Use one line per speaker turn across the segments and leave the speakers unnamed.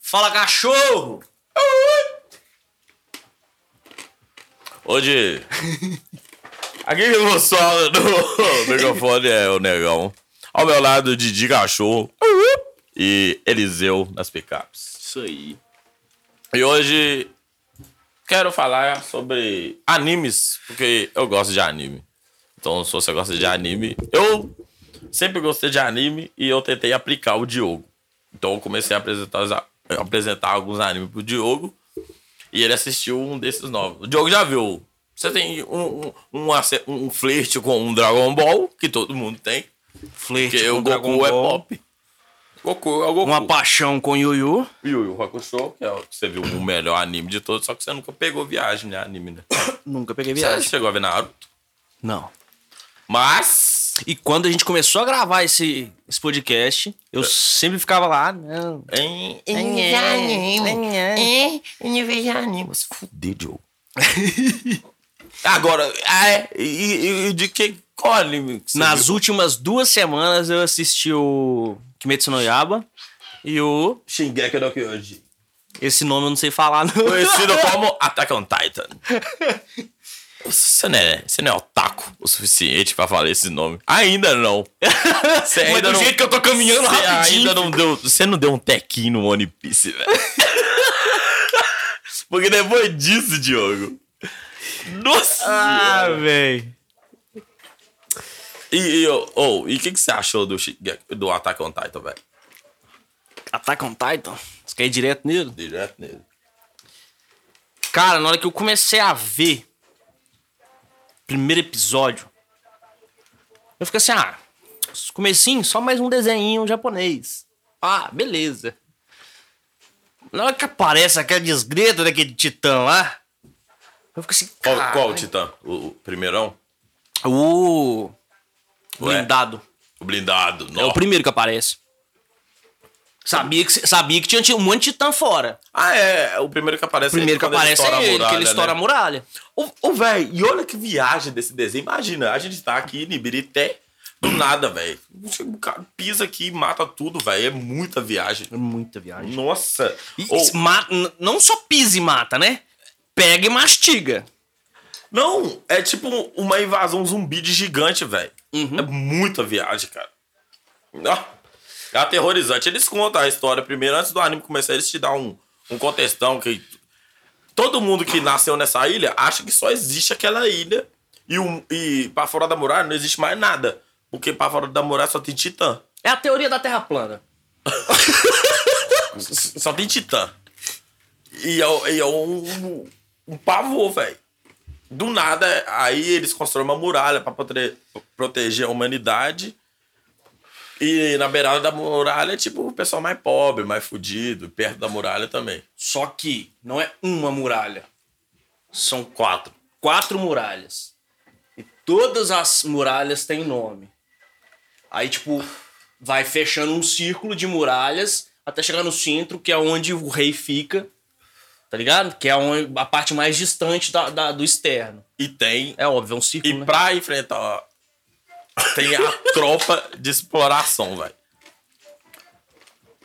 Fala cachorro!
Hoje, aqui que eu solo no microfone é o Negão. Ao meu lado, Didi Cachorro e Eliseu nas picapes.
Isso aí.
E hoje, quero falar sobre animes, porque eu gosto de anime. Então, se você gosta de anime, eu sempre gostei de anime e eu tentei aplicar o Diogo. Então, eu comecei a apresentar, os a- apresentar alguns animes pro Diogo e ele assistiu um desses novos. O Diogo já viu. Você tem um, um, um, ace- um flerte com um Dragon Ball, que todo mundo tem,
Flerte
porque
com
o
Dragon
Goku é
Ball.
pop. Goku é o Goku.
Uma paixão com Yuyu.
E o Yu Hakusho, que é o que você viu o melhor anime de todos, só que você nunca pegou viagem, né? Anime, né?
Nunca peguei
Você
viagem.
chegou a ver Naruto.
Não.
Mas,
E quando a gente começou a gravar esse, esse podcast, eu sempre ficava lá, né? não.
em, Mas fudeu, Diogo. Agora, é, e, e- e de que qual anime? que você
Nas
viu?
últimas duas semanas eu assisti o Kimetsu no Yaba e o.
Shingeki no Kyojin.
Esse nome eu não sei falar, não.
Conhecido como Attack on Titan. Você não, é, você não é otaku o suficiente pra falar esse nome. Ainda não. Você
Mas É do jeito que eu tô caminhando
você
rapidinho,
Ainda não deu, você não deu um tequinho no One Piece, velho. Porque depois disso, Diogo. Nossa!
Ah,
senhora.
velho.
E e, ô, ô, e o que, que você achou do, Shi- do Attack on Titan, velho?
Attack on Titan. Você quer ir direto nele?
Direto nele.
Cara, na hora que eu comecei a ver primeiro episódio, eu fiquei assim, ah, comecinho, só mais um desenho japonês. Ah, beleza. Na hora que aparece aquela desgreta daquele titã lá, eu fico assim,
Qual,
cara,
qual o Titã? O, o primeirão?
O
Ué,
blindado.
O blindado.
É o primeiro que aparece. Sabia que, sabia que tinha- tinha um monte de titã fora.
Ah, é. O primeiro que aparece
O primeiro que
quando ele
aparece
estoura a
é ele, que
muralha,
ele estoura
né?
a muralha.
Ô, ô, velho, e olha que viagem desse desenho. Imagina, a gente tá aqui em Ibirité, do nada, velho. O cara pisa aqui e mata tudo, velho. É muita viagem.
É muita viagem.
Nossa.
E
Ô,
se ma- n- não só pisa e mata, né? Pega e mastiga.
não, é tipo uma invasão zumbi de gigante, velho.
Uhum.
É muita viagem, cara. Ó, É aterrorizante. Eles contam a história primeiro, antes do anime começar, eles te dão um, um contextão que. Todo mundo que nasceu nessa ilha acha que só existe aquela ilha. E, um, e pra fora da muralha não existe mais nada. Porque pra fora da muralha só tem titã.
É a teoria da Terra plana.
Só tem titã. E é, o- e é um, um pavor, velho. Do nada, aí eles constroem uma muralha pra poder proteger a humanidade. E na beirada da muralha é tipo o pessoal mais pobre, mais fudido, perto da muralha também.
Só que não é uma muralha. São quatro. Quatro muralhas. E todas as muralhas têm nome. Aí, tipo, vai fechando um círculo de muralhas até chegar no centro, que é onde o rei fica. Tá ligado? Que é onde- a parte mais distante da- da- do externo.
E tem.
É óbvio, é um
E
círculo. né?
pra enfrentar. ó, Tem a tropa de exploração, velho.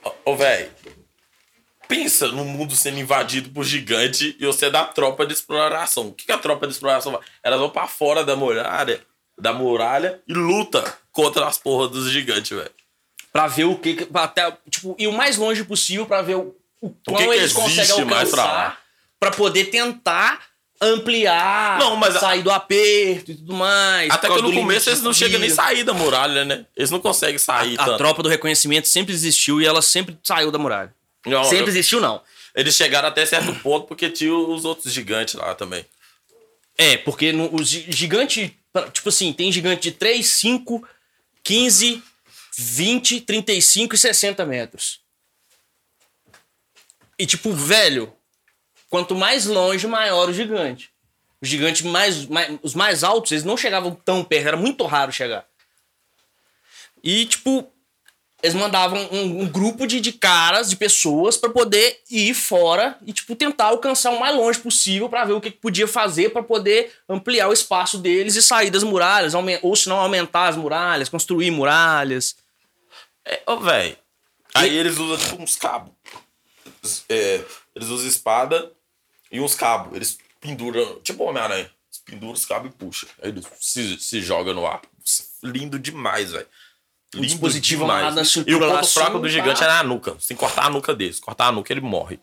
Ô, Ô, velho. Pensa no mundo sendo invadido por gigante e você é da tropa de exploração. O que, que a tropa de exploração vai? Elas vão pra fora da muralha, da muralha e luta contra as porras dos gigantes, velho.
Pra ver o que. pra Até, tipo, ir o mais longe possível pra ver o, o quão
que que
eles conseguem
existe mais pra lá?
alcançar. Pra poder tentar ampliar,
Não, mas a-
sair do aperto e tudo mais.
Até
por
que
causa
no
do limite
começo eles
de
não chegam nem
subida.
sair da muralha, né? Eles não conseguem sair. tá?
A
tanto.
tropa do reconhecimento sempre existiu e ela sempre saiu da muralha.
Não,
sempre
Então, eu-
existiu, não.
Eles chegaram até certo ponto porque tinha os outros gigantes lá também.
É, porque no, os gi- gigante. pra- Tipo assim, tem gigante de 3, 5, 15, 20, 35 e 60 metros. E tipo, velho, quanto mais longe, maior o gigante. Os gigantes mais, mai- Os mais altos, eles não chegavam tão perto, era muito raro chegar. E, tipo, eles mandavam um, um grupo de, de caras, de pessoas, pra poder ir fora e, tipo, tentar alcançar o mais longe possível pra ver o que, que podia fazer pra poder ampliar o espaço deles e sair das muralhas, aumen- ou se não aumentar as muralhas, construir muralhas.
É, ô, velho. Aí eles usam tipo uns cabos. é, eles usam espada e uns cabos. Eles penduram, tipo Homem-Aranha. Eles penduram os cabos e puxa. Aí eles se, se joga no ar. Lindo demais, velho. Lindo
dispositivo amarrado na
demais. E
cintura
o
lá,
ponto
assim,
fraco do gigante
pá.
é na nuca. Você tem que cortar a nuca dele. Se cortar a nuca, ele morre.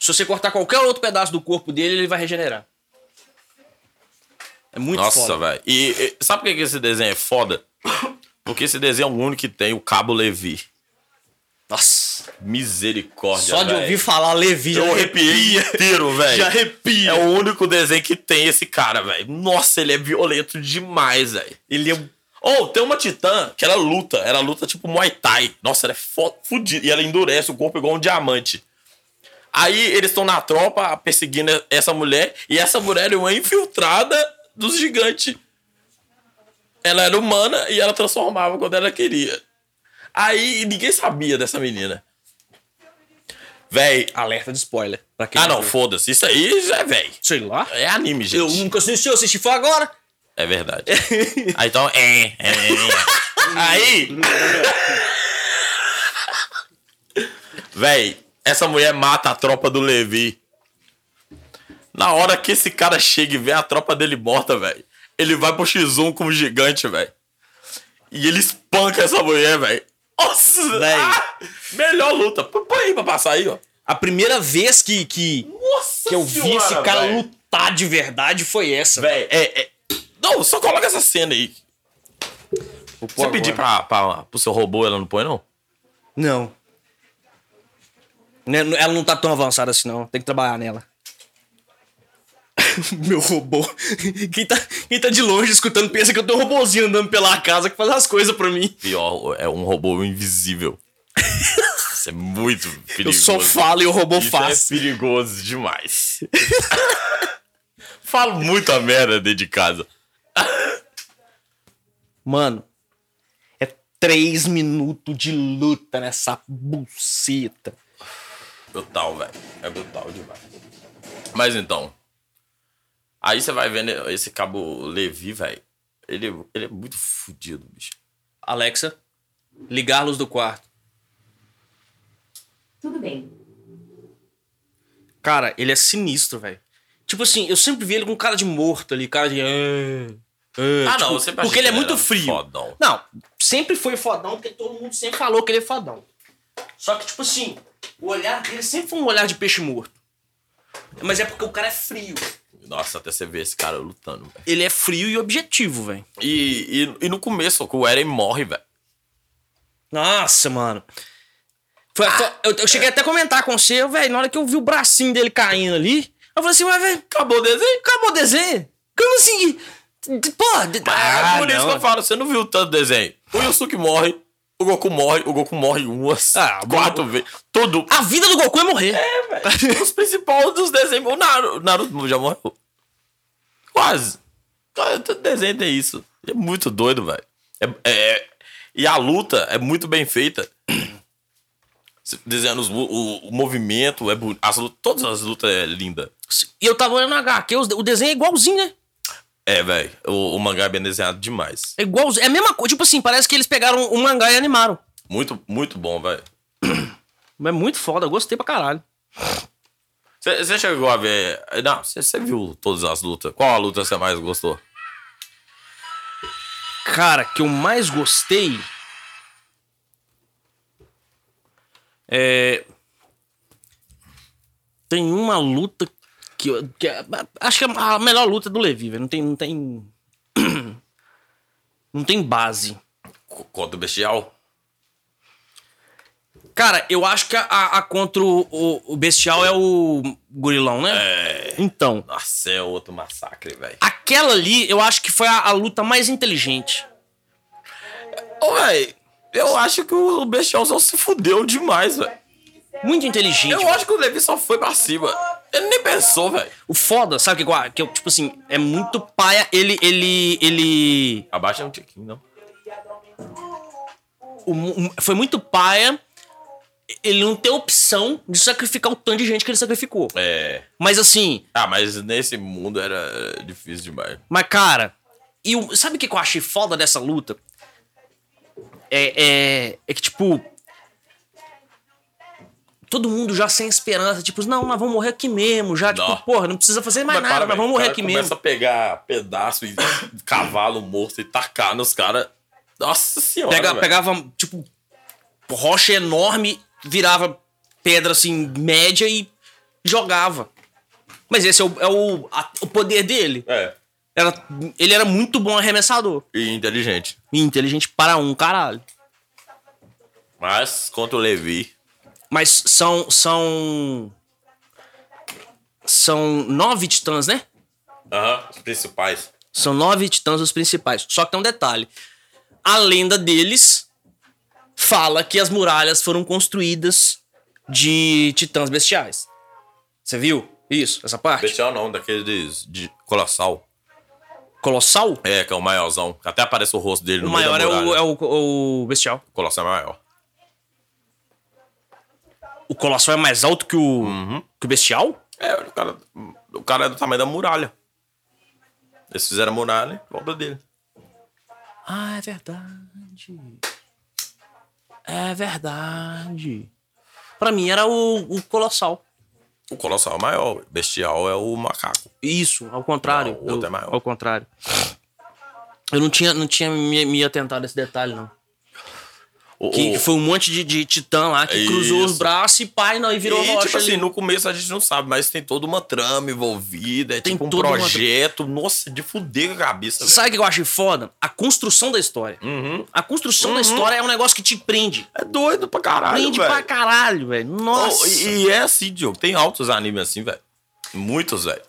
Se você cortar qualquer outro pedaço do corpo dele, ele vai regenerar. É muito
Nossa,
foda.
velho. E, e sabe por que que esse desenho é foda? Porque esse desenho é o único que tem o Cabo Levi.
Nossa.
Misericórdia,
Só de
véi.
ouvir falar Levi, já
Eu arrepiei inteiro, velho.
Já arrepia.
É o único desenho que tem esse cara, velho. Nossa, ele é violento demais, velho.
Ele é um
Ou tem uma titã que ela luta, ela luta tipo Muay Thai. Nossa, ela é fo- fudida. E ela endurece o corpo igual um diamante. Aí eles estão na tropa perseguindo essa mulher. E essa mulher é uma infiltrada dos gigantes. Ela era humana e ela transformava quando ela queria. Aí ninguém sabia dessa menina. Véi.
alerta de spoiler. Pra quem
Ah, não,
viu.
foda-se. Isso aí já é véi.
Sei lá.
É anime, gente.
Eu nunca assisti, eu assisti foi agora.
É verdade. Aí então, é, é, é. Aí. Véi, essa mulher mata a tropa do Levi. Na hora que esse cara chega e vê a tropa dele morta, velho, ele vai pro X1 como gigante, velho. E ele espanca essa mulher, velho. Nossa!
Véi.
ah, melhor luta. Põe aí pra passar aí, ó.
A primeira vez que, que,
Nossa
que eu vi esse cara
lutar.
lutar de verdade foi essa.
Véi, é, é. Não, só coloca essa cena aí.
Vou pôr
Você
agora.
pedir pra, pra, pro seu robô, ela não põe, não?
Não. Né, Ela não tá tão avançada assim, não. Tem que trabalhar nela. Meu robô. Quem tá, quem tá de longe escutando pensa que eu tenho um robôzinho andando pela casa que faz as coisas pra mim.
Pior, é um robô invisível. Isso é muito perigoso.
Eu só falo e o robô
Isso
faz.
é perigoso demais. Falo muita merda dentro de casa.
Mano, é três minutos de luta nessa buceta.
Brutal, velho. É brutal demais. Mas então. Aí você vai vendo esse cabo Levi, velho. Ele, ele é muito fudido, bicho.
Alexa, ligar a luz do quarto.
Tudo bem.
Cara, ele é sinistro, velho. Tipo assim, eu sempre vi ele com cara de morto ali, cara de.
Ah,
Ah,
não, eu sempre achei
Porque ele é
que ele
muito
era
frio.
fodão.
Não, sempre foi fodão, porque todo mundo sempre falou que ele é fodão. Só que, tipo assim, o olhar dele sempre foi um olhar de peixe morto. Mas é porque o cara é frio.
Nossa, até você ver esse cara lutando, velho.
Ele é frio e objetivo, velho.
E, e, e no começo, o Eren morre, velho.
Nossa, mano. Foi- foi- eu, eu cheguei até a comentar com você, eu, velho, na hora que eu vi o bracinho dele caindo ali, eu falei assim, mas, velho, acabou o desenho? Acabou o desenho? Como assim? Pô, de- é
Ah, por isso que eu
falo.
falo, você não viu tanto desenho. O Yusuke morre, o Goku morre, o Goku morre umas
Ah,
quatro vezes. Todo.
A vida do Goku é morrer.
Os principais dos desenhos. O Naruto, Naruto já morreu. Quase. Cara, Todo desenho tem isso. É muito doido, velho. É- é- é- E a luta é muito bem feita. Você Desenhando os mu- o, o movimento, é bu- as lutas- todas as lutas é linda.
E eu tava olhando na HQ, os- o desenho é igualzinho, né?
É, velho. O, o mangá é bem desenhado demais.
É igual. É a mesma coisa. Tipo assim, parece que eles pegaram um mangá e animaram.
Muito, muito bom, velho.
É muito foda, eu gostei pra caralho.
Você chegou a ver. Não, você viu todas as lutas. Qual a luta você mais gostou?
Cara, que eu mais gostei. É. Tem uma luta que, eu- que é- acho que é a melhor luta do Levi, velho. Não tem. Não tem. não tem base.
Co- Contra o Bestial?
Cara, eu acho que a, a- a contra o, o- o Bestial é o Gorilão, né?
É.
Então.
Nossa, é outro massacre, velho.
Aquela ali, eu acho que foi a, a luta mais inteligente.
Ô, velho, eu acho que o Bestial só se fudeu demais, velho.
Muito inteligente.
Eu
velho.
acho que o Levi só foi pra cima. Ele nem pensou, velho.
O foda, sabe o que, eu- que eu, tipo assim, é muito paia. Ele, ele, ele.
Abaixa um tiquinho, não.
o mu- um, foi muito paia. Ele não ter opção de sacrificar o tanto de gente que ele sacrificou.
É.
Mas assim,
Ah, mas nesse mundo era difícil demais.
mas cara, e o- sabe o que, que eu achei foda dessa luta? É, é, é que, tipo. todo mundo já sem esperança, tipo, não, nós vamos morrer aqui mesmo, já,
Não.
tipo, porra, não precisa fazer mais
Mas
nada,
para,
nós
velho,
vamos morrer
o cara
aqui
começa
mesmo.
a pegar pedaço e cavalo morto e tacar nos caras. Nossa senhora.
Pega-
velho.
pegava, tipo, rocha enorme, virava pedra assim, média e jogava. Mas esse é o, é o, a- o poder dele.
É.
Era, ele era muito bom arremessador.
E inteligente.
E inteligente para um caralho.
Mas contra o Levi.
Mas são. São. São nove titãs, né?
Aham, os principais.
São nove titãs os principais. Só que tem um detalhe: a lenda deles fala que as muralhas foram construídas de titãs bestiais. Você viu? Isso, essa parte?
Bestial não, daqueles de colossal.
Colossal?
É, que é o maiorzão. Até aparece o rosto dele no
O
meio
maior
da
é o,
muralha.
é o- o bestial.
Colossal é maior.
O colossal é mais alto que o,
Uhum.
que o bestial?
É, o cara, o cara é do tamanho da muralha. Eles fizeram a muralha, obra dele.
Ah, é verdade. É verdade. Pra mim era o, o colossal.
O colossal é maior, o bestial é o macaco.
Isso, ao contrário.
Não, o outro é maior.
Ao contrário. Eu não tinha, não tinha me, me atentado a esse detalhe, não.
O,
Que
o-
foi um monte de, de titã lá que cruzou os
Isso.
braços e pai, não, e virou
e,
rocha
tipo
ali.
assim, no começo a gente não sabe, mas tem toda uma trama envolvida, é
Tem
tipo um
toda uma-
projeto. Nossa, de fuder com a cabeça, velho.
Sabe o que eu achei foda? A construção da história.
Uhum.
A construção da história é um negócio que te prende.
É doido pra caralho,
prende pra
velho.
caralho, velho. Nossa.
Oh, e, e é assim, Diogo, tem altos animes assim, velho. Muitos, velho.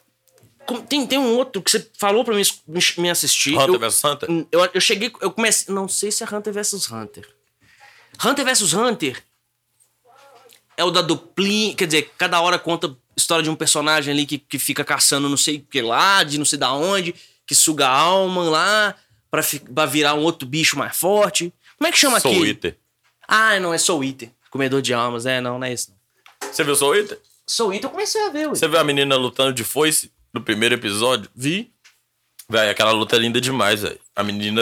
Como- Tem, tem um outro que você falou pra mim es- me, me assistir.
Hunter
eu,
vs Hunter?
Hum, Eu, eu cheguei. Eu comecei. Não sei se é Hunter vs Hunter. Hunter vs Hunter é o da duplinha. Quer dizer, cada hora conta a história de um personagem ali que, que fica caçando não sei o que lá, de não sei da onde, que suga a alma lá pra, fi- pra virar um outro bicho mais forte. Como é que chama
Soul
aquele?
Eater.
Ah, não, é Soul Eater. Comedor de almas, é, não, não é isso. Não.
Você viu Soul Eater?
Soul Eater eu comecei a ver, ué.
Você viu a menina lutando de foice no primeiro episódio? Vi. Véi, aquela luta é linda demais, velho. A menina.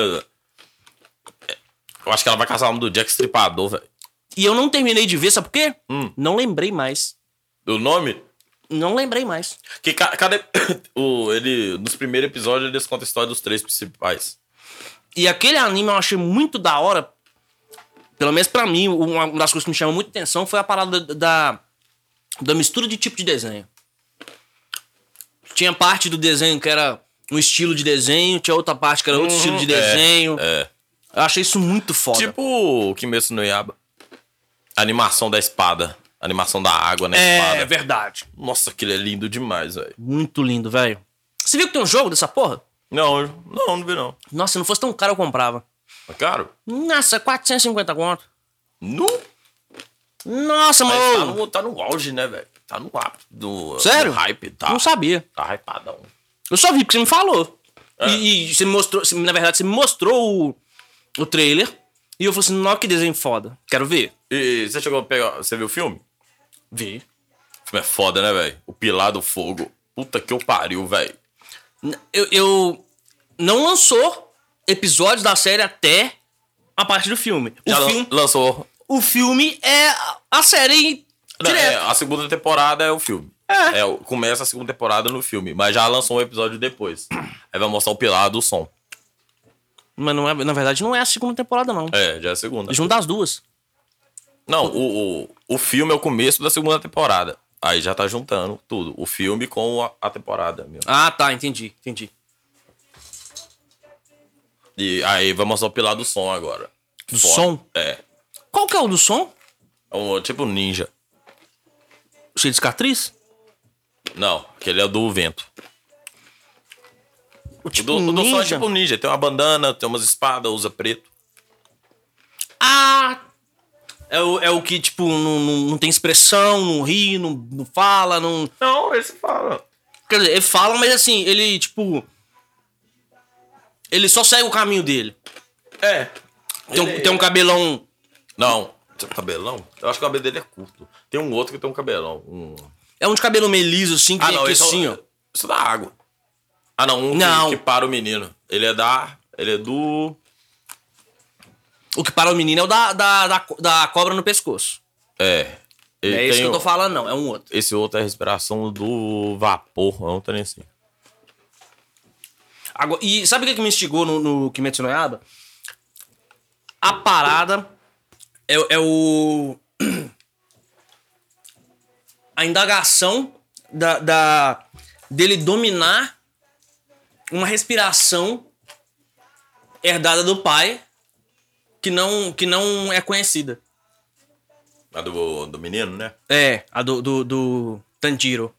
É, Eu acho que ela vai caçar o nome do Jack Stripador, velho.
E eu não terminei de ver, sabe por quê? Não lembrei mais.
O nome?
Não lembrei mais.
Que ca- cada. o, ele, nos primeiros episódios eles contam a história dos três principais.
E aquele anime eu achei muito da hora. Pelo menos pra mim, uma uma das coisas que me chamou muito atenção foi a parada da, da mistura de tipo de desenho. Tinha parte do desenho que era um estilo de desenho, tinha outra parte que era outro estilo de
é,
desenho.
é.
Eu achei isso muito foda.
Tipo o Kimetsu no Yaba. A animação da espada. A animação da água na
é,
espada.
verdade.
Nossa, aquilo é lindo demais, velho.
Muito lindo, velho. Você viu que tem um jogo dessa porra?
Não, não, não vi não.
Nossa, se não fosse tão caro eu comprava.
Mas, Caro?
Nossa, 450 conto.
Nu!
Nossa,
Mas tá
mano.
no, tá no auge, né, velho? Tá no ápice do,
Sério?
do hype, tá?
Não sabia.
Tá hypadão.
Eu só vi porque você me falou.
É.
E, e você me mostrou, você- na verdade, você me mostrou o, o trailer. E eu falei assim, nossa, que desenho foda. Quero ver.
E você chegou a pegar. Você viu o filme?
Vi.
O filme é foda, né, velho? O Pilar do Fogo. Puta que eu pariu, velho.
Eu, eu- não lançou episódios da série até a parte do filme. O,
Já lan-
filme,
lançou.
o filme é a- a série
Não, é,
direto.
a segunda temporada é o filme.
É.
o- começa a segunda temporada no filme, mas já lançou um episódio depois. Aí vai mostrar o Pilar do som.
Mas não é, na verdade não é a segunda temporada, não.
É, já é a segunda.
Junta as duas.
Não, o, o, o filme é o começo da segunda temporada. Aí já tá juntando tudo. O filme com a, a temporada, meu.
Ah, tá, entendi, entendi.
E aí vai mostrar o Pilar do som agora.
Do som?
É.
Qual que é o do som?
É um, tipo um ninja.
Cheio de cicatriz?
Não, aquele é do vento.
O
O
tipo
do, o do som é
ninja?
tipo um ninja. Tem uma bandana, tem umas espadas, usa preto.
Ah! É o, é o que, tipo, não, não, não tem expressão, não ri, não, não fala, não.
Não, esse fala.
Quer dizer, ele fala, mas assim, ele, tipo. Ele só segue o caminho dele.
É.
Tem, um-
Ele- é-
tem um cabelão.
Não. Tem um cabelão? Eu acho que o cabelo dele é curto. Tem um outro que tem um cabelão. Um...
É um de cabelo meio liso, assim, que
Ah,
tem
não,
aqui
esse é o-
assim, ó.
Isso é da água. Ah, não, um que-
Não.
Que, para o menino. Ele é da. Ele é do.
O que para o menino é o da, da, da, co- da cobra no pescoço.
É. Ele
é esse
tem
que eu tô
o-
falando, não. É um outro.
Esse outro é a respiração do vapor, é um trem assim.
Agora- e sabe o que, que me instigou no, no Kimetsu no Yaiba? A parada é, é o... A indagação da, da- dele dominar uma respiração herdada do pai que não, que não é conhecida.
A do, do menino, né?
É, a do, do, do Tanjiro.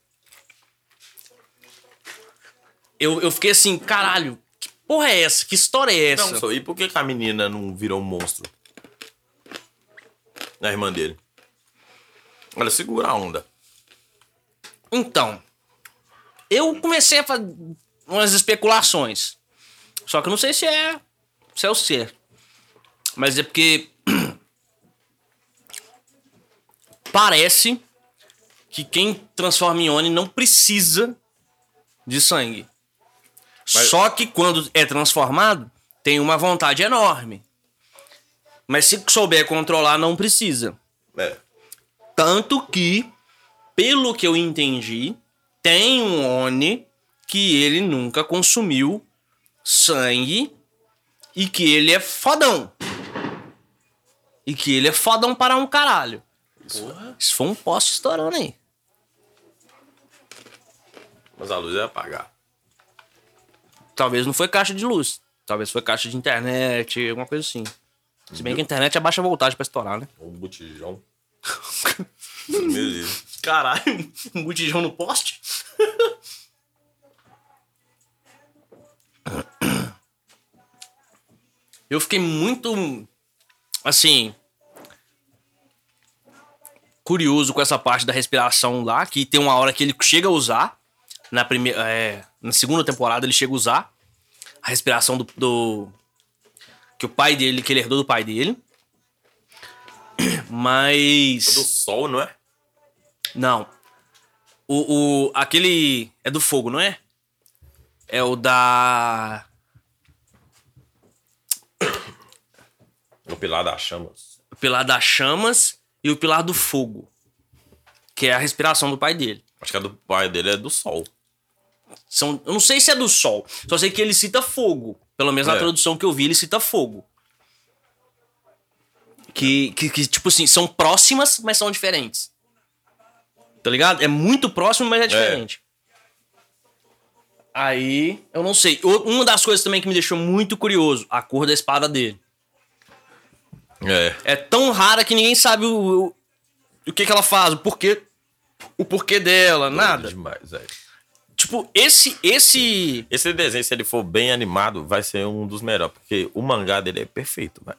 Eu, eu fiquei assim, caralho, que porra é essa? Que história é essa?
Não, só, e por que, que a menina não virou um monstro? A irmã dele. Ela segura a onda.
Então, eu comecei a fazer umas especulações. Só que eu não sei se é, se é o certo. Mas é porque. Parece que quem transforma em Oni não precisa de sangue.
Mas-
Só que quando é transformado, tem uma vontade enorme. Mas se souber controlar, não precisa.
É.
Tanto que, pelo que eu entendi, tem um Oni que ele nunca consumiu sangue e que ele é fodão. E que ele é fodão para um caralho. Isso foi um poste estourando aí.
Mas a luz ia apagar.
Talvez não foi caixa de luz. Talvez foi caixa de internet, alguma coisa assim. Se bem que a internet é baixa voltagem pra estourar, né?
Um botijão. Meu Deus.
Caralho, um botijão no poste? Eu fiquei muito. Assim. Curioso com essa parte da respiração lá, que tem uma hora que ele chega a usar. Na, primeira, é, na segunda temporada ele chega a usar a respiração do, do. Que o pai dele, que ele herdou do pai dele. Mas.
Do sol, não é?
Não. O, o. Aquele. É do fogo, não é? É o da.
O pilar das chamas.
O pilar das chamas e o pilar do fogo. Que é a respiração do pai dele.
Acho que a do pai dele é do sol.
São, eu não sei se é do sol. Só sei que ele cita fogo. Pelo menos na
É.
tradução que eu vi, ele cita fogo. Que, que, que, tipo assim, são próximas, mas são diferentes. Tá ligado? É muito próximo, mas é diferente. Aí, eu não sei. O- Uma das coisas também que me deixou muito curioso, a cor da espada dele.
É.
É tão rara que ninguém sabe o, o, o que, que ela faz, o porquê. O porquê dela, nada.
Demais, é.
Tipo, esse. esse
Esse desenho, se ele for bem animado, vai ser um dos melhores. Porque o mangá dele é perfeito, velho.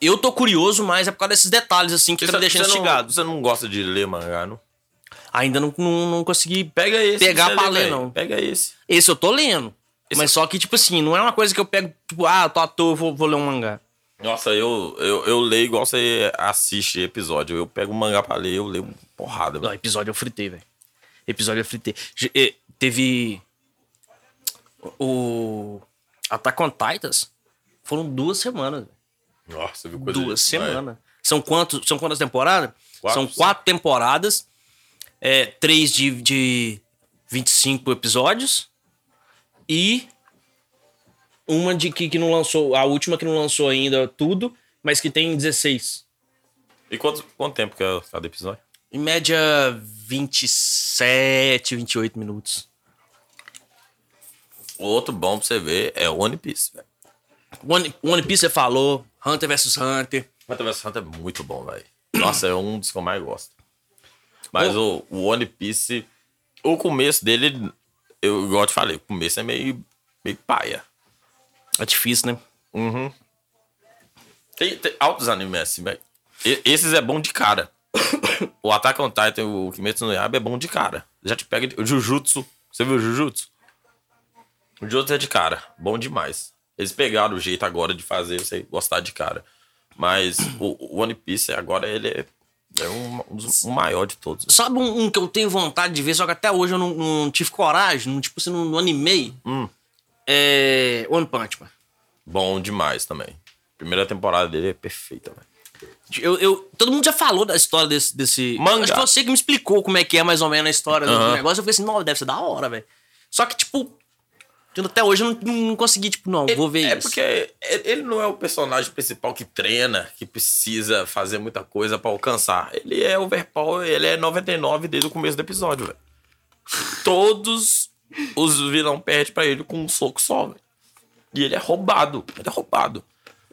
Eu tô curioso, mas é por causa desses detalhes, assim, que tá me deixando instigado.
Você não gosta de ler mangá, não?
Ainda não, não, não consegui
Pega esse.
pegar
você
pra
lê,
ler,
velho.
não.
Pega esse.
Esse eu tô lendo.
Esse-
Mas só que, tipo assim, não é uma coisa que eu pego, tipo, ah, eu tô à toa, eu vou, vou ler um mangá.
Nossa, eu, eu, eu leio igual você assiste episódio. Eu pego um mangá pra ler, eu leio porrada.
Não,
velho.
episódio eu fritei, velho. Episódio eu fritei. Je- eh, Teve. O. Attack on Titans. Foram duas semanas, velho.
Nossa, viu coisa
Duas
de-
semanas. São, quantos, são quantas temporadas?
é, Quatro,
são quatro temporadas. É, três de, de 25 episódios. E uma de que, que não lançou, a última que não lançou ainda tudo, mas que tem 16.
Vai. E quanto, quanto tempo que é cada episódio?
Em média, 27, 28 minutos.
Outro bom pra você ver é One Piece, velho.
One, One Piece você falou, Hunter vs Hunter.
Hunter vs Hunter é muito bom, velho. Nossa, é um dos que eu mais gosto. Mas o, o One Piece, o começo dele, eu igual eu te falei, o começo é meio, meio paia.
É difícil, né?
Tem, tem altos animes assim, velho. E- Esses é bom de cara. o Attack on Titan, o Kimetsu no Yaiba é bom de cara. Já te pega... de- O Jujutsu. Você viu o Jujutsu? O Jujutsu é de cara. Bom demais. Eles pegaram o jeito agora de fazer você gostar de cara. Mas o, o One Piece agora, ele é, é um, um dos- o maior de todos. velho.
Sabe um, um que eu tenho vontade de ver, só que até hoje eu não, não tive coragem, não, tipo assim, não, não animei?
Hum.
É. One Punch Man.
Bom demais também. Primeira temporada dele é perfeita, velho.
Eu, eu- todo mundo já falou da história desse. desse
Mangá.
Acho que você que me explicou como é que é mais ou menos a história do
Aham.
negócio. Eu falei assim, não, deve ser da hora, velho. Só que, tipo, eu até hoje eu não, não consegui, tipo, não, vou ver
é
isso.
porque ele ele não é o personagem principal que treina, que precisa fazer muita coisa pra alcançar. Ele é overpower, ele é 99 desde o começo do episódio, velho. Todos os vilão perdem pra ele com um soco só, velho. E ele é roubado, ele é roubado.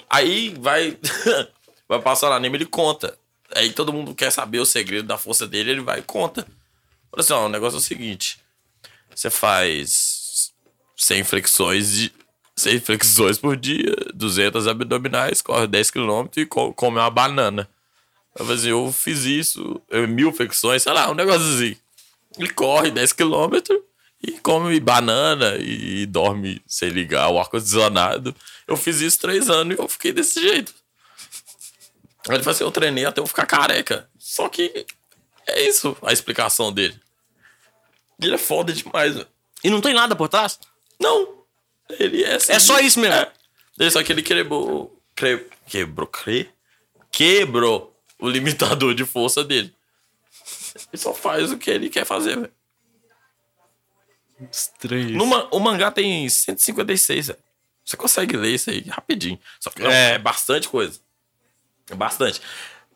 Aí vai vai passar no anime, ele conta. Aí todo mundo quer saber o segredo da força dele, ele vai e conta. Fala assim, ó, o negócio é o seguinte. Você faz 100 flexões de 100 flexões por dia, 200 abdominais, corre 10 km e co- come uma banana. Eu falei assim, eu fiz isso, eh, mil flexões, sei lá, um negócio assim. Ele corre 10 km e come banana e, e dorme sem ligar o ar-condicionado. Eu fiz isso três anos e eu fiquei desse jeito. Aí Ele falou assim, eu treinei até eu ficar careca. Só que é isso a explicação dele. Ele é foda demais, velho.
E não tem nada por trás?
Não. Ele é assim.
É só isso mesmo?
É. Ele só que ele quebrou. cre- Quebrou. cre- Quebrou o limitador de força dele. Ele só faz o que ele quer fazer, velho.
Estranho. isso.
Numa- O mangá tem 156, velho. Você consegue ler isso aí rapidinho. Só que não,
É.
é. bastante coisa. É bastante.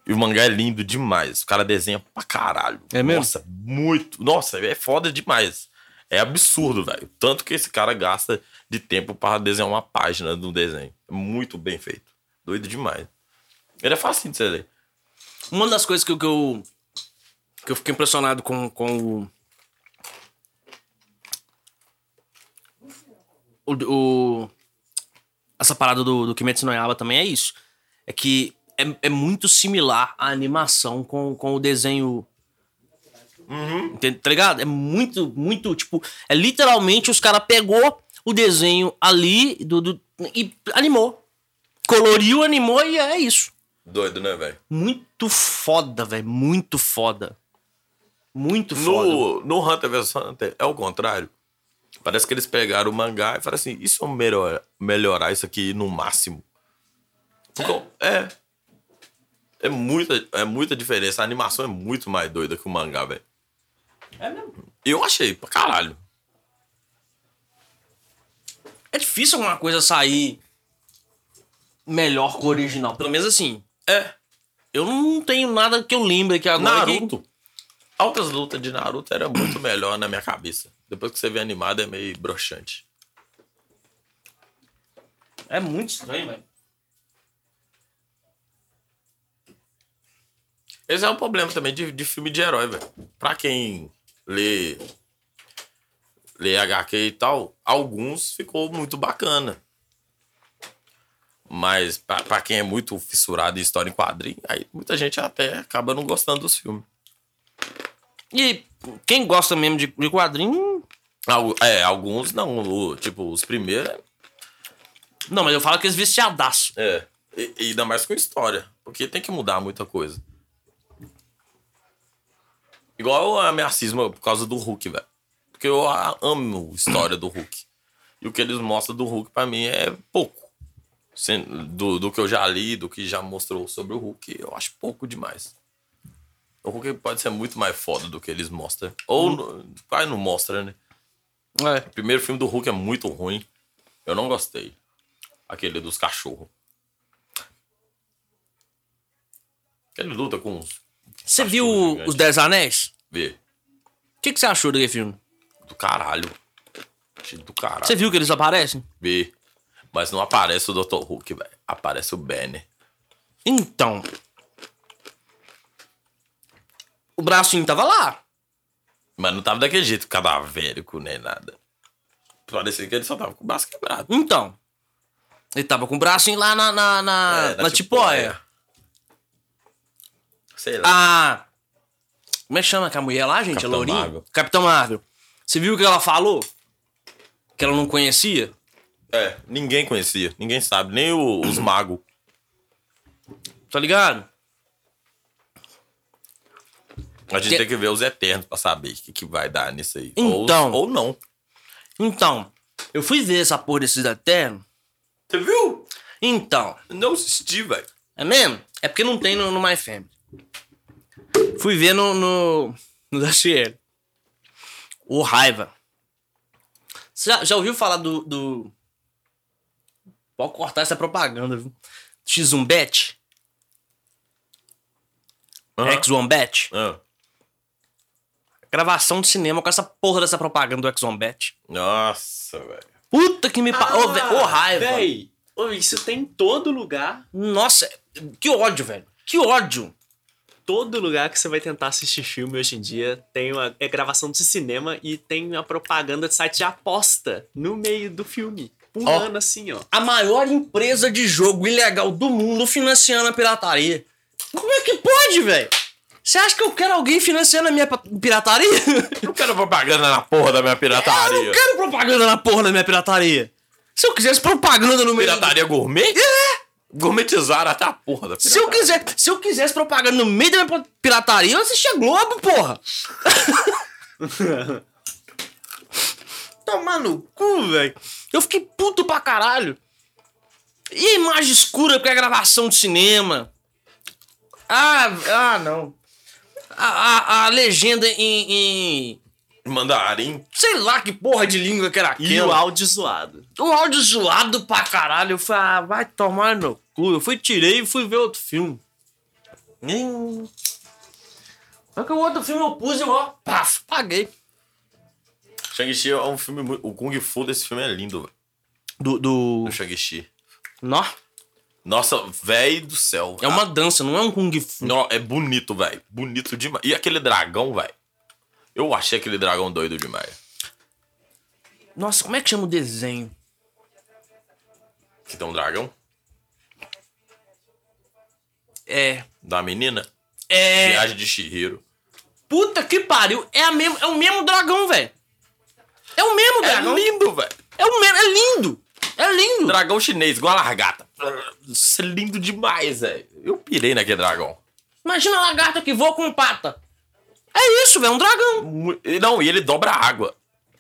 E o mangá é lindo demais. O cara desenha pra caralho.
É mesmo?
Nossa, muito. Nossa, é foda demais. É absurdo, velho. Tanto que esse cara gasta de tempo pra desenhar uma página do desenho. É Muito bem feito. Doido demais. Ele é facinho de você ler.
Uma das coisas que, eu- que eu. que eu fiquei impressionado com, com o. o- o- essa parada do, do Kimetsu no Yaiba também é isso. É que é, é muito similar a animação com, com o desenho. Entende? Tá ligado? É muito, muito, tipo... É literalmente os caras pegou o desenho ali do, do- e animou. Coloriu, animou e é isso.
Doido, né, velho?
Muito foda, velho. Muito foda. Muito foda.
No, no Hunter vs Hunter é o contrário. Parece que eles pegaram o mangá e falaram assim: e se eu melhor, melhorar isso aqui no máximo? Porque- é. É muita, é muita diferença. A animação é muito mais doida que o mangá, velho.
É mesmo?
Eu achei, pra caralho.
É difícil alguma coisa sair melhor que o original. Pelo menos assim.
É.
Eu não tenho nada que eu lembre aqui agora. que-
Naruto. Altas lutas de Naruto era muito melhor na minha cabeça. Depois que você vê animado, é meio broxante.
É muito estranho, velho.
Esse é um problema também de, de filme de herói, velho. Pra quem lê, lê HQ e tal, alguns ficou muito bacana. Mas pra, pra quem é muito fissurado em história em quadrinho, aí muita gente até acaba não gostando dos filmes.
E quem gosta mesmo de, de quadrinho.
Algu- é, alguns não. o- tipo, os primeiros.
Não, mas eu falo que eles viciadaço.
É. E, e ainda mais com história. Porque tem que mudar muita coisa. Igual a minha cisma por causa do Hulk, velho. Porque eu a- amo a história do Hulk. E o que eles mostram do Hulk pra mim é pouco. Sem- Do, do que eu já li, do que já mostrou sobre o Hulk, eu acho pouco demais. O Hulk pode ser muito mais foda do que eles mostram. Ou no- quase não mostra, né?
É.
O primeiro filme do Hulk é muito ruim. Eu não gostei. Aquele dos cachorros. Ele luta com uns.
Você
Acho
viu
muito gigante.
Os Dez Anéis?
Vê.
O que, que você achou daquele filme?
Do caralho. Achei do caralho.
Você viu que eles aparecem?
Vê. Mas não aparece o Dr. Hulk, velho. Aparece o Banner.
Então. O bracinho tava lá.
Mas não tava daquele jeito cadavérico nem nada. Parecia que ele só tava com o braço quebrado.
Então. Ele tava com o bracinho lá na, na, na,
É,
na,
na
tipóia.
tipóia. É. Sei
Ah.
lá.
A. Como é que chama aquela mulher lá, gente?
Capitã
a Lourinha?
Marvel.
Capitão Marvel. Você viu o que ela falou? Que ela não conhecia?
É, ninguém conhecia. Ninguém sabe. Nem o- os magos.
Tá ligado?
A gente
Tem-
tem que ver os Eternos pra saber o que, que vai dar nisso aí.
Então.
Ou, ou não.
Então. Eu fui ver essa porra desses eternos.
Você viu?
Então.
Não assisti, velho.
É mesmo? É porque não tem no, no My Family. Fui ver no, no, no da Cielo. O Raiva. Você já, já ouviu falar do, do. Pode cortar essa propaganda, viu? X1 Bet?
Aham.
X1 Bet?
Ah.
Gravação de cinema com essa porra dessa propaganda do X1 Bet.
Nossa, velho.
Puta que me. pa- Ô, ve- ô, raiva.
Véi, ô, isso tem em todo lugar.
Nossa, que ódio, velho. Que ódio.
Todo lugar que você vai tentar assistir filme hoje em dia tem uma é gravação de cinema e tem uma propaganda de site de aposta no meio do filme. Pulando assim, ó.
A maior empresa de jogo ilegal do mundo financiando a pirataria. Como é que pode, velho? Você acha que eu quero alguém financiando a minha pa- pirataria?
Não quero propaganda na porra da minha
Eu
pirataria.
não quero propaganda na porra da minha pirataria. Se eu quisesse propaganda no meio do-
Pirataria gourmet? É! Gourmetizaram até a porra da pirataria.
Se eu, quiser, se eu quisesse propaganda no meio da minha pirataria, eu assistia Globo, porra! Tomar no cu, velho. Eu fiquei puto pra caralho. E a imagem escura, porque é gravação de cinema. Ah, ah não. A, a, a legenda em, em-
Mandarim.
Sei lá que porra de língua que era
E
aquela.
o áudio zoado.
Um áudio zoado pra caralho. Eu falei, ah, vai tomar no cu. Eu fui, tirei e fui ver outro filme. Nem. Só que o outro filme eu pus e ó, paf, paguei.
Shang-Chi é um filme muito. O Kung Fu desse filme é lindo, velho.
Do. do...
O Shang-Chi.
Nó.
Nossa, véi do céu.
É uma dança, não é um Kung Fu.
Não, é bonito, velho. Bonito demais. E aquele dragão, velho. Eu achei aquele dragão doido demais.
Nossa, como é que chama o desenho?
Que tem um dragão?
É.
Da menina?
É.
Viagem de Shihiro.
Puta que pariu. É, a mesmo, é o mesmo dragão, velho. É o mesmo
É
dragão.
lindo, velho.
É o mesmo. É lindo. É lindo.
Dragão chinês, igual a largata. Isso é lindo demais, velho. Eu pirei naquele dragão.
Imagina a lagarta que voa com pata. É isso, velho. Um dragão.
Mu- e Não, e ele dobra a água.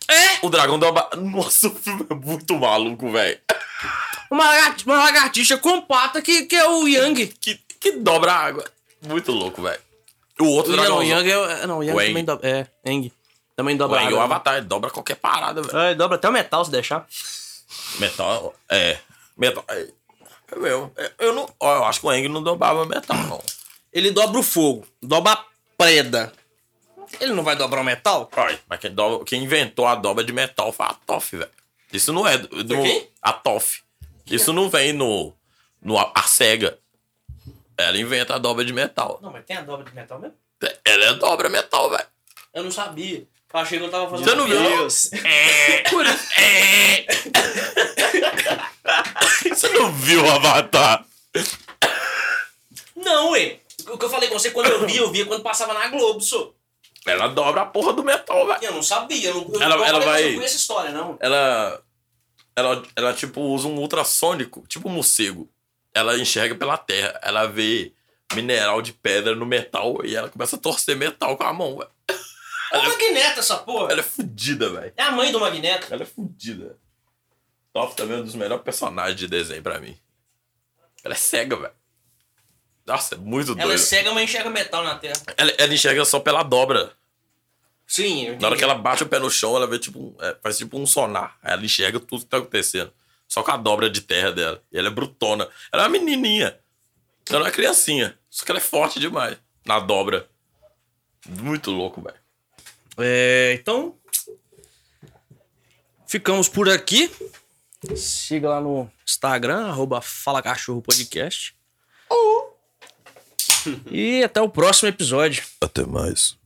É.
O dragão dobra. Nossa, o filme é muito maluco, velho.
Uma, lagarti- uma lagartixa com pata que, que é o Yang.
Que, que dobra a água. Muito louco, velho. O outro dragão.
Não, o Yang é. é- Não, o Yang
O Yang.
também dobra. É, Yang. Também
o
dobra.
Aang é o
água.
Avatar, ele dobra qualquer parada, velho.
É, ele dobra até o metal se deixar.
Ah. Metal. É. Metal. É, é mesmo. É, eu não. Ó, eu acho que o Eng não dobrava metal, não.
Ele dobra o fogo, dobra a preda. Ele não vai dobrar o metal?
Ai, mas quem, dobra- quem inventou a dobra de metal foi a Toff, velho. Isso não é. Do, do-
quem?
a Toff. Isso não vem no. no a, a cega. Ela inventa a dobra de metal.
Não, mas tem a dobra de metal mesmo?
Ela é dobra metal, velho.
Eu não sabia. Eu achei que eu tava fazendo.
Você não viu?
Deus.
Por isso- Você não viu o Avatar?
Não, ué. O que eu falei com você quando eu via, eu via quando passava na Globo, só.
Ela dobra a porra do metal, velho.
Eu não sabia. Eu não, eu
Ela-
não,
ela
eu
vai-
não conheço essa história, não.
Ela, ela. Ela, tipo, usa um ultrassônico, tipo um morcego. Ela enxerga pela terra. Ela vê mineral de pedra no metal e ela começa a torcer metal com a mão, velho.
É o Magneto essa porra.
Ela é fudida, velho.
É a mãe do Magneto.
Ela é fudida. Top também é um dos melhores personagens de desenho pra mim. Ela é cega, velho. Nossa, é muito doido.
Ela é cega, mas enxerga metal na terra.
Ela- ela enxerga só pela dobra.
Sim, eu
Na hora que ela bate o pé no chão, ela vê tipo um, é, faz tipo um sonar. Aí ela enxerga tudo que tá acontecendo. Só com a dobra de terra dela. E ela é brutona. Ela é uma menininha. Ela é uma criancinha. Só que ela é forte demais. Na dobra. Muito louco, velho.
É, então. Ficamos por aqui. Siga lá no Instagram, arroba Fala Cachorro Podcast. E até o próximo episódio.
Até mais.